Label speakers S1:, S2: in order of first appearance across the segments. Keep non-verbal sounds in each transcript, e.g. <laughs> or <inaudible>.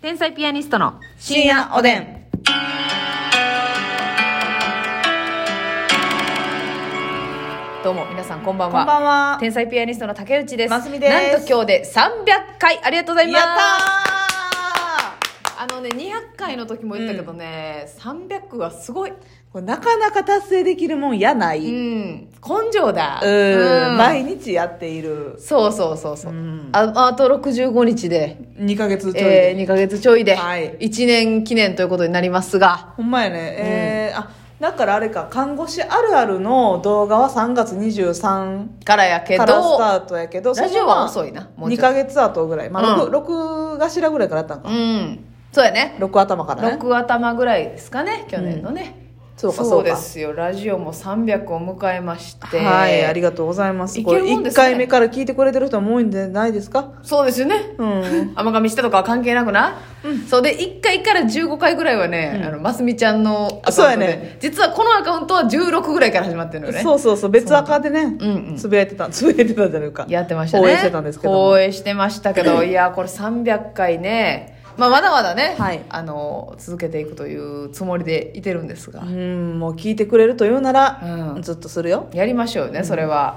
S1: 天才ピアニストの
S2: 深夜おでん。
S1: どうも皆さんこんばんは
S2: こんばんは。
S1: 天才ピアニストの竹内です
S2: ますみです
S1: なんと今日で300回ありがとうございま
S2: や
S1: す
S2: った
S1: あのね200回の時も言ったけどね、300はすごい
S2: ーこれなかなか達成できるもんやな
S1: う
S2: い。うん。
S1: ん根性だうん
S2: 毎日やっている。
S1: そうそうそうそう、
S2: うん
S1: ああと65日で
S2: 2ヶ月ちょいで。
S1: えー、2ヶ月ちょいで
S2: はい
S1: 1年記念ということになりますが、
S2: ほんまやね。えー、あ、だからあれか、看護師あるあるの動画は3月23
S1: からやけど
S2: からスタートやけど、
S1: ラジオは遅いなもうちょっ
S2: 2
S1: と
S2: ヶ月後ぐらい。まあ、
S1: う
S2: 6, 六頭ぐらいからやったん
S1: う
S2: か。
S1: んそうやね
S2: 6頭からね。
S1: 6頭ぐらいですかね去年のね、
S2: そうかそうか
S1: ですよラジオも300を迎えまして
S2: はい、ありがとうございます。
S1: いけるもんですね
S2: これ1回目から聞いてくれてる人も多いんじゃないですか
S1: そうですよね
S2: うん。
S1: 甘噛みしたとかは関係なくな、そうで1回から15回ぐらいはね、あのますみちゃんのアカウントで、
S2: そうやね
S1: 実はこのアカウントは16ぐらいから始まってるのよね
S2: そうそうそう別アカでね
S1: うんうん
S2: つぶやいてた <laughs> つぶやいてたじゃないか
S1: やってましたね
S2: 応援してたんですけども
S1: 応援してましたけ
S2: <clears throat>
S1: どいやこれ300回ねまあ、まだまだね、
S2: はい
S1: あの続けていくというつもりでいてるんですが、
S2: うんもう聞いてくれるというなら、
S1: うん
S2: ずっとするよ
S1: やりましょうよね、それは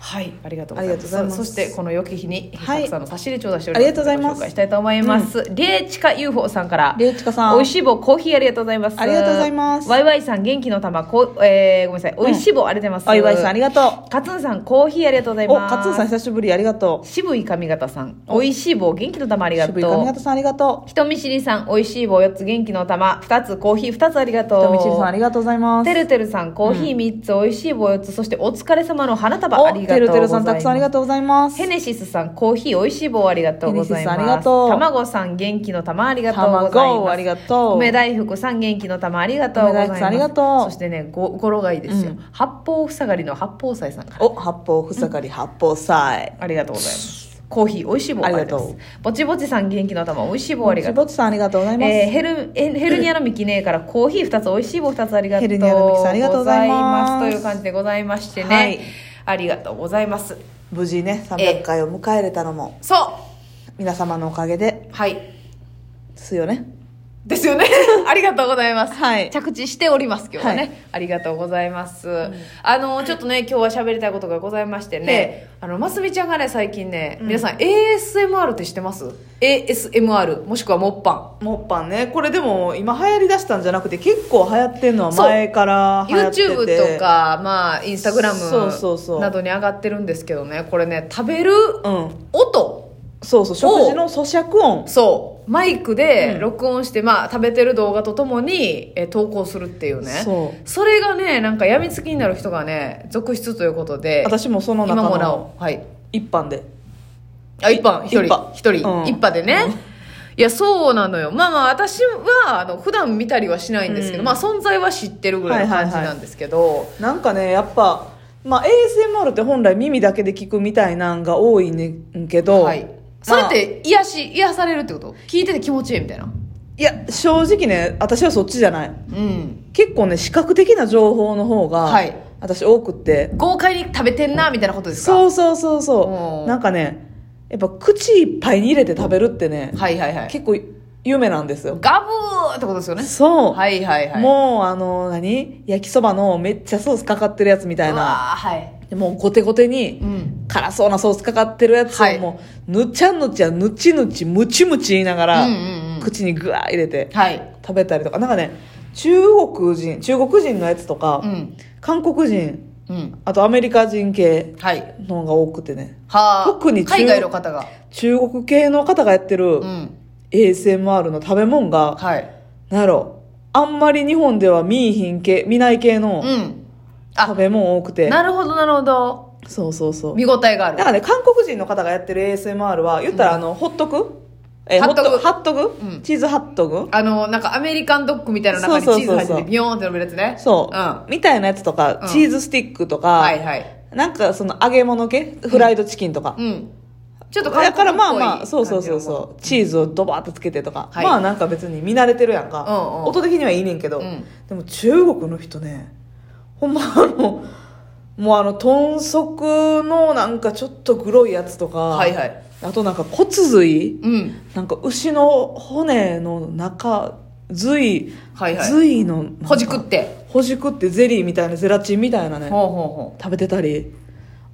S1: はいありがとうござい
S2: あり
S1: ま
S2: がとう
S1: す
S2: ございます
S1: そそしてこの良き日にた
S2: はい
S1: くさんの差し入れ頂戴しております、
S2: ありがとうございます
S1: ご紹介したいと思います、りえちか UFO さんから
S2: りえちかさん
S1: おいしい棒コーヒーありがとうございます
S2: ありがとうございます
S1: わいわいさん元気の玉こう、えー、ごめんなさいおいしい棒ありがとうございます、
S2: お祝いさんあり
S1: が
S2: がと
S1: とうかつんさんコーヒーありがとうございう
S2: お
S1: ます
S2: カツンさん久しぶりありがと
S1: 渋い髪型さんおいしい棒元気の玉あり
S2: う
S1: がと
S2: 渋い髪型
S1: う
S2: さんありがと
S1: 人見知りさんおいしい棒4つ元気の玉2つコーヒー2つありが
S2: う
S1: とう
S2: 人見知りさんありがとうございます
S1: てるてるさんコーヒー3つ、おいしい棒4つそしてお疲れ様の花束あ
S2: お
S1: りが
S2: て
S1: とうご
S2: る
S1: ざ
S2: て
S1: いま
S2: る
S1: す
S2: さんたくさんありがとうございます
S1: ヘネシスさんコーヒーおいしい棒ありがとうございます
S2: ヘネシスさんありがとう
S1: 卵さん元気の玉ありがとうございます
S2: 卵ありがとう
S1: 梅大福さん元気の玉ありがとうございます
S2: 梅大福さんありがとう
S1: そしてねご語呂がいいですよ、
S2: うん
S1: 八方塞がりの八方斎さんから
S2: お八方ふさかり八方斎
S1: ありがとうございますコーヒーおいしい棒ありがとうござい
S2: あり
S1: ますぼちぼちさん元気の玉おいしい棒ありがとう
S2: ぼちさんありがとうございます、
S1: えーヘルえヘルニアのミキネーからコーヒー2つおいしい棒2つありがとう
S2: ヘルニアのミキさんありがとうございます
S1: ございという感じでございましてね、
S2: はい
S1: ありがとうございます
S2: 無事ね
S1: ええ
S2: 300回を迎えれたのも
S1: そう
S2: 皆様のおかげで
S1: はい
S2: ですよね
S1: ですよね <laughs> ありがとうございます、
S2: はい
S1: 着地しております今日はね、
S2: はい
S1: ありがとうございます、あのちょっとね今日は喋りたいことがございましてね、あのますみちゃんがね最近ね、皆さん ASMR って知ってます ASMR もしくはモッパン
S2: もっぱんねこれでも今流行りだしたんじゃなくて結構流行ってんのは前から流行ってて
S1: YouTube とか、まあ、インスタグラ
S2: そうそうそ
S1: ム
S2: う
S1: などに上がってるんですけどねこれね食べる
S2: うん
S1: 音、
S2: そうそう食事の咀嚼音
S1: そうマイクで
S2: うん
S1: 録音して、まあ、食べてる動画とともにえ投稿するっていうね
S2: そ
S1: れがねなんかやみつきになる人がね続出ということで
S2: 私もその中
S1: 今もな
S2: の
S1: おはい
S2: 一班で
S1: あ一般一人
S2: 一派
S1: 一人、
S2: うん
S1: 一派でね、
S2: うん
S1: いやそうなのよまあまあ私はあの普段見たりはしないんですけど、
S2: うん
S1: まあ存在は知ってるぐらいの感じなんですけど、
S2: なんかねやっぱ、まあ、ASMR って本来耳だけで聞くみたいなんが多いねんけど、
S1: はい、それって癒し癒されるってこと聞いてて気持ちいいみたいな
S2: まあいや正直ね私はそっちじゃない
S1: うん
S2: 結構ね視覚的な情報の方が、
S1: はい
S2: 私多くって
S1: 豪快に食べてんなみたいなことですか
S2: そうそうそうそ
S1: うん
S2: うなんかねやっぱ口いっぱいに入れて食べるってね、
S1: はいはいはい
S2: 結構有名なんですよ
S1: ガブーってことですよね
S2: そう、
S1: はいはいはいみ
S2: もうあの何焼きそばのめっちゃソースかかってるやつみたいな
S1: はい
S2: でもうゴテゴテに、
S1: うん
S2: 辛そうなソースかかってるやつ
S1: はい
S2: をもう、ぬちゃぬちゃ、ぬちぬち、むちむち言いながら、
S1: うんうんうん
S2: 口にぐわー入れて
S1: はい
S2: 食べたりとか、なんかね、中国人、中国人のやつとか、
S1: うん
S2: 韓国人、
S1: うん
S2: あとアメリカ人系
S1: はい
S2: のが多くてね、
S1: はあ
S2: 特に中
S1: 海外の方が
S2: 中国系の方がやってる
S1: うん
S2: ASMR の食べ物が、
S1: はい
S2: なんやろ、あんまり日本では見いひん系、見ない系
S1: う
S2: の
S1: ん
S2: 食
S1: あ
S2: べ物多くて、
S1: なるほどなるほど
S2: そうそうそう。
S1: 見応えがあ
S2: だ
S1: る
S2: からね、韓国人の方がやってる ASMR は、言ったら、あの、ほっとくえ
S1: ハットグ
S2: ほっとハットグ、
S1: うん
S2: チーズハットグ
S1: あのなんかアメリカンドッグみたいな中に
S2: そうそう
S1: チー
S2: そ
S1: ズ
S2: う
S1: 入
S2: そ
S1: っ
S2: う
S1: ててビヨーンって伸びるやつね
S2: そう、
S1: ん
S2: みたいなやつとか、
S1: うん
S2: チーズスティックとか、
S1: はいはい
S2: なんかその揚げ物系、フライドチキンとか。
S1: うんちょっと韓国
S2: だ
S1: っぽい
S2: からまあまあ、そうそうそう
S1: 感じの
S2: そう、チーズをドバーってつけてとか、
S1: はい
S2: まあなんか別に見慣れてるやんか、
S1: うんうん
S2: 音的にはいいねんけど、
S1: うん
S2: でも中国の人ね、ほんまあの、もうあの、豚足のなんかちょっと黒いやつとか、
S1: はいはい
S2: あとなんか骨髄
S1: うん
S2: なんか牛の骨の中髄、
S1: はいはい
S2: 髄のなんか
S1: ほじくって
S2: ほじくってゼリーみたいなゼラチンみたいなね
S1: ほうほうほ
S2: 食べてたり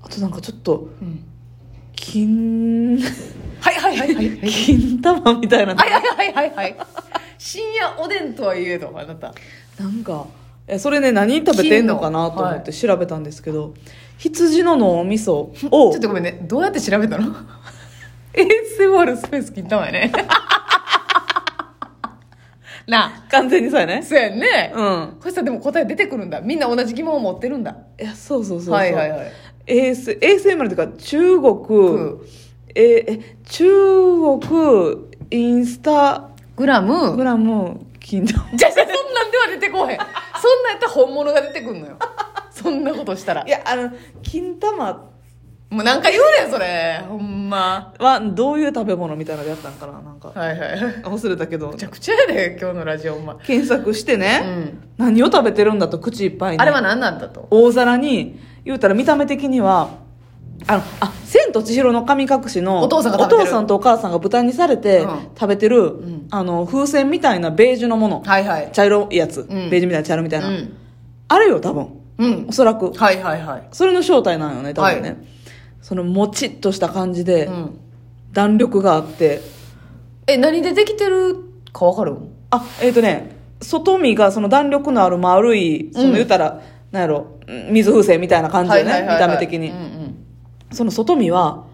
S2: あとなんかちょっと
S1: う、うん、
S2: 金
S1: はいはいはいはい
S2: <laughs>
S1: はい
S2: 金玉みたいな
S1: はいはいはいはい深夜おでんとは言えどあなた
S2: なんかえそれね何食べてんのかなと思って調べたんですけど、羊の脳み <laughs> そ
S1: ちょ
S2: を
S1: っとごめんねどうやって調べたの ASMR スペース金玉やねな
S2: 完全にそうや
S1: あ
S2: ね
S1: そうやんね、
S2: うん
S1: これさでも答え出てくるんだみんな同じ疑問を持ってるんだ
S2: いやそうそうそうそう、
S1: はいはいはい
S2: AS ASMR っていうか中国、
S1: うん
S2: ええ中国インスタ
S1: グラム
S2: グラム金玉
S1: じゃあじゃあそんなんでは出てこへんそんなんやったら本物が出てくんのよそんなことしたら
S2: いやあの金玉
S1: もう何回言うねんそれほんま
S2: はどういう食べ物みたいなのやったんかななんか
S1: はいはいめ
S2: 忘れたけど
S1: ちゃくちゃやで今日のラジオお前
S2: 検索して
S1: う
S2: ね、
S1: ん
S2: 何を食べてるんだと口いっぱいに
S1: あれは何なんだと
S2: 大皿に言うたら見た目的にはあのあ千と千尋の神隠しの
S1: お父さんが食べてる
S2: お父さんとお母さんが豚にされて
S1: うん
S2: 食べてる、
S1: ん
S2: あの風船みたいなベージュのもの、
S1: はいはい
S2: 茶色いやつ、ベージュみたいな茶色みた
S1: う
S2: いな、
S1: ん
S2: あれよ多分
S1: うん
S2: おそらく
S1: はいはいはい
S2: それの正体なんよね多分ね、
S1: は
S2: そのもちっとした感じで
S1: うん
S2: 弾力があって
S1: え何でできてるかわかる
S2: あえっ、とね外身がその弾力のある丸いその
S1: うん
S2: 言うたら、なんやろ水風船みたいな感じよね、見た目的に、
S1: うんうん
S2: その外見は、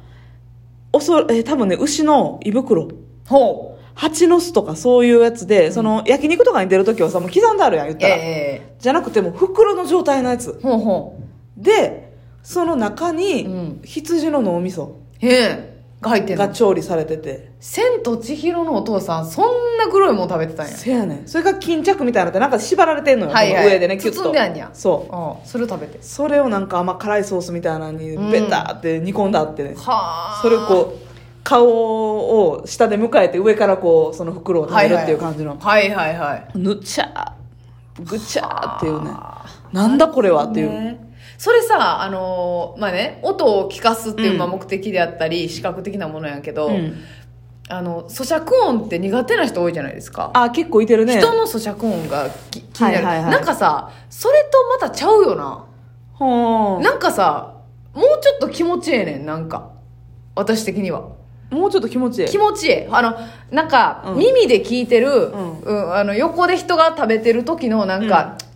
S2: おそ、えー多分ね、牛の胃袋。
S1: ほう
S2: 蜂の巣とかそういうやつで、その焼肉とかに出るときはさ、もう刻んであるやん、言ったら。
S1: え
S2: じゃなくてもう袋の状態のやつ
S1: え。ほうほ
S2: で、その中
S1: うん
S2: に、羊の脳みそう
S1: へえが入ってん
S2: が
S1: の
S2: 調理されてて。
S1: 千と千尋のお父さんそんな黒いもん食べてたんや
S2: せやねん。それが巾着みたいなのって、なんか縛られてんのよ、
S1: はいはい
S2: この上でね、キュッと。
S1: 包んであんねや
S2: そう。
S1: ああそれを食べて
S2: それをなんか甘辛いソースみたいなのに
S1: うん、
S2: ベタって煮込んだってね。
S1: はあ
S2: それをこう、顔を下で迎えて、上からこう、その袋を食べるっていう感じの。
S1: はいはいはい
S2: ぬちゃーぐちゃーっていうねなんだこれはっていう、
S1: ねそれさあのーまあね音を聞かすっていう、
S2: うん
S1: まあ、目的であったり視覚的なものやけど、
S2: うん
S1: あの咀嚼音って苦手な人多いじゃないですか、
S2: あ結構いてるね
S1: 人の咀嚼音がき気になる、
S2: はいはいはい
S1: なんかさそれとまたちゃうよな、
S2: ほー
S1: なんかさもうちょっと気持ちええねんなんか私的には
S2: もうちょっと気持ちいい
S1: 気持ちええあのなんか、
S2: うん
S1: 耳で聞いてる、うんんあの横で人が食べてる時のなんか、
S2: うん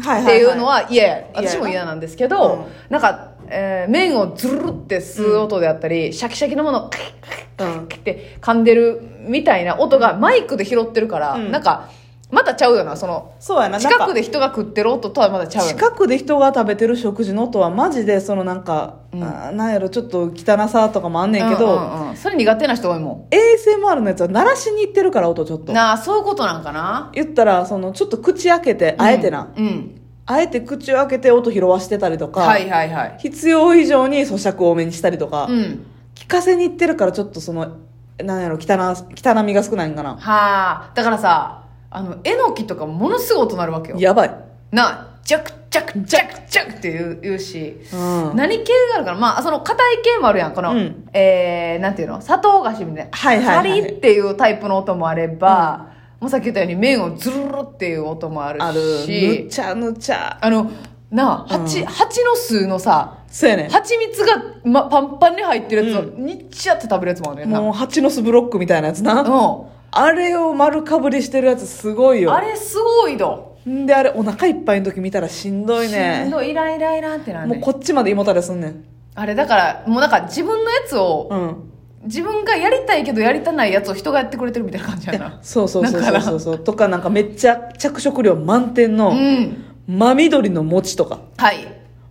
S2: は
S1: っていうのは嫌や、
S2: 嫌やな
S1: 私も嫌なんですけど、なんか、えー麺をズルルって吸う音であったり、シャキシャキのものをクイックイッ
S2: うん
S1: クイッって噛んでるみたいな音がマイクで拾ってるから、
S2: うん
S1: なんかまたちゃうよなその
S2: そうやな
S1: 近く
S2: で
S1: で人が食ってる音とはまだちゃうよな
S2: 近くで人が食べてる食事の音はマジでそのなんか、
S1: うん
S2: あーなんやろちょっと汚さとかもあんねんけど、
S1: うんうんうんそれ苦手な人多いも
S2: ASMR のやつは鳴らしに行ってるから音ちょっ
S1: ん
S2: と
S1: なあそういうことなんかな
S2: 言ったらそのちょっと口開けてあえてな、
S1: うん、うん
S2: あえて口を開けて音拾わしてたりとか、
S1: はいはいはい
S2: 必要以上に咀嚼多めにしたりとか、
S1: うん
S2: 聞かせに行ってるからちょっとそのなんやろ汚汚みが少ないんかな
S1: はあだからさあのえのきとかものすごい音鳴るわけよ
S2: やばい、
S1: なあジャクジャクジャクジャクって言う言うし
S2: うん
S1: 何系があるかなまあその硬い系もあるやんこの、
S2: うん
S1: えー、なんていうの砂糖菓子みたいな、
S2: はいはいはい
S1: サリっていうタイプの音もあれば、もうさっき言ったように麺をズルルルっていう音もあるし
S2: あるぬちゃぬちゃ
S1: あのなあ蜂,、
S2: うん
S1: 蜂の巣のさ
S2: そうやね
S1: 蜂蜜が、ま、パンパンに入ってるやつをにっちゃって食べるやつもあるねんな
S2: もう蜂の巣ブロックみたいなやつな、
S1: う
S2: あれを丸かぶりしてるやつすごい
S1: ん、
S2: よ
S1: あれすごいど
S2: んであれお腹いっぱいの時見たらしんどいね
S1: しんどいイライライラってなんね
S2: もうこっちまで胃もたれすんねん
S1: あれだからもうなんか自分のやつを、
S2: うん
S1: 自分がやりたいけどやりたないやつを人がやってくれてるみたいな感じやな
S2: そうそうそ
S1: だ
S2: う
S1: か
S2: そう
S1: ら
S2: そうそうとかなんかめっちゃ着色料満点
S1: う
S2: の
S1: ん
S2: 真緑の餅とか
S1: はい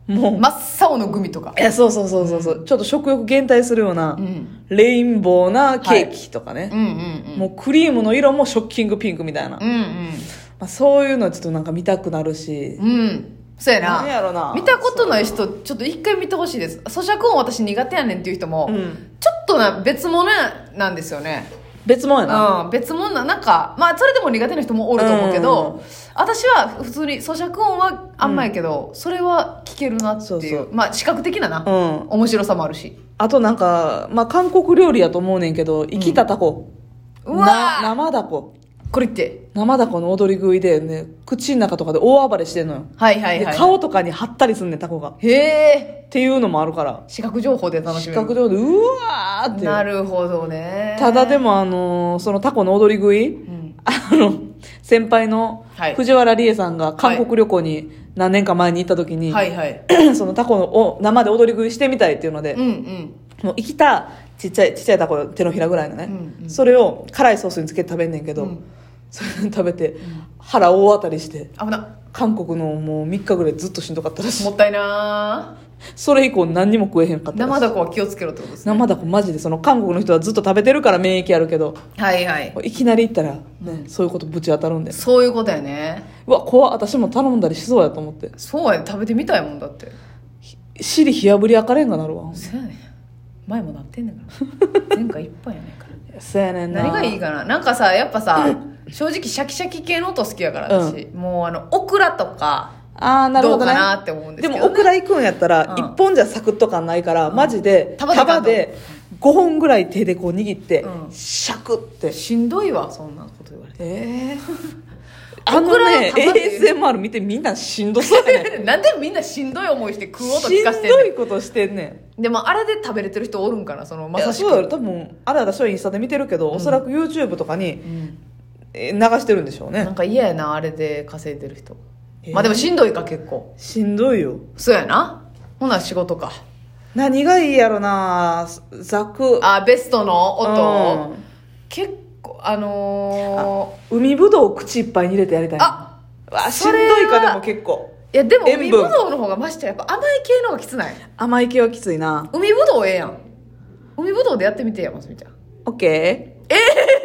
S2: もう、
S1: 真っ青のグミとか
S2: いやそうそうそうそうそうちょっと食欲減退するような、
S1: うん
S2: レインボーなケーキとかね、
S1: うんうん
S2: もうクリームの色もショッキングピンクみたいな、
S1: うんう
S2: ま
S1: ん
S2: あ、そういうのちょっとなんか見たくなるし、
S1: うんうんそうやな
S2: 何やろな
S1: 見たことない人ちょっと一回見てほしいです咀嚼音私苦手やねんっていう人も、
S2: うん
S1: ちょっとな別物なんですよね
S2: 別もんやな、
S1: うん、別物ななんかまあそれでも苦手な人もおると思うけど、
S2: うん
S1: 私は普通に咀嚼音はあんまやけど、それは聞けるなっていう
S2: そうそ
S1: まあ視覚的なな、
S2: うん
S1: 面白さもあるし
S2: あとなんか、まあ、韓国料理やと思うねんけど、生きたタコ。
S1: うわ
S2: な
S1: ー
S2: 生ダコ。
S1: これって
S2: 生ダコの踊り食いでね、口の中とかで大暴れしてんのよ。
S1: はいはいは
S2: で
S1: い
S2: 顔とかに貼ったりすんねん、タコが。
S1: へえ
S2: っていうのもあるから。
S1: 視覚情報で楽し
S2: 視
S1: める
S2: 覚上で、うわーって。
S1: なるほどね
S2: ただで
S1: も、
S2: もあのーそのタコの踊り食い、
S1: うん
S2: あの、先輩の
S1: はい
S2: 藤原理恵さんが韓国旅行に何年か前に行った時に、
S1: はいはい
S2: <clears throat> そのタコのを生で踊り食いしてみたいっていうので、
S1: うんうん
S2: もう生きたちっちゃいちっちゃいタコ手のひらぐらいのね、
S1: うんうん
S2: それを辛いソースにつけて食べんねんけど、
S1: うん
S2: それ食べて腹大当たりして
S1: 危な
S2: 韓国のもう3日ぐらいずっとしんどかったらしい
S1: もったいな
S2: それ以降何にも食えへんかっ
S1: ー
S2: たらし
S1: 生
S2: い
S1: だこは気をつけろってことですね
S2: 生だこマジでその韓国の人はずっと食べてるから免疫あるけど
S1: はいはい
S2: いきなり行ったら、ねそういうことぶち当たるんで
S1: そういうことやね
S2: うわ怖っ私も頼んだりしそうやと思って
S1: そうやね食べてみたいもんだって
S2: 尻火あぶりあかれんがなるわ
S1: そうやね前もなってんねんから前回いっぱいやねんから
S2: せやねん <laughs> な
S1: 何がいいかななんかさやっぱさ正直シャキシャキ系の音好きやから私、もうあのオクラとか
S2: ああなる
S1: ど
S2: ほ
S1: う
S2: ど
S1: か
S2: ね
S1: なって思うんですけど、
S2: で
S1: ね、
S2: もオクラ行くんやったら
S1: うん
S2: 一本じゃサクッと感ないから、マジで
S1: 束でいかんと
S2: 束で5本ぐらい手でこう握って、
S1: うん
S2: シャクって
S1: しんどいわそんなこと言われて
S2: ええあの
S1: オクラは
S2: ね
S1: 束で
S2: ASMR 見てみんなしんどそうやね
S1: なんでみんなしんどい思いして <laughs> 食おうと
S2: し
S1: 聞
S2: ん
S1: かせてん
S2: ど
S1: ね
S2: いことしてんねん
S1: んでもあれで食べれてる人おるんかなそのま
S2: いや
S1: さし
S2: そうだ
S1: く
S2: よ多分あれ私はインスタで見てるけど、おそらく YouTube とかに
S1: うん
S2: えー流してるんでしょう
S1: な
S2: ね
S1: んか嫌やなあれで稼いでる人、
S2: えー
S1: まあでもしんどいか結構
S2: しんどいよ
S1: そうやなほな仕事か
S2: 何がいいやろなざく
S1: あベストの音、
S2: うん
S1: 結構あの
S2: 海ぶどうを口いっぱいに入れてやりたい
S1: ー、
S2: な
S1: あ
S2: わし
S1: そ
S2: んど
S1: れはい
S2: かでも結構
S1: いやでも
S2: 塩
S1: 海ぶ
S2: 分
S1: どうの方がましてやっぱ甘い系の方がきつない
S2: 甘い系はきついな
S1: 海ぶどうええやん海ぶどうでやってみてやますみちゃん
S2: オッケー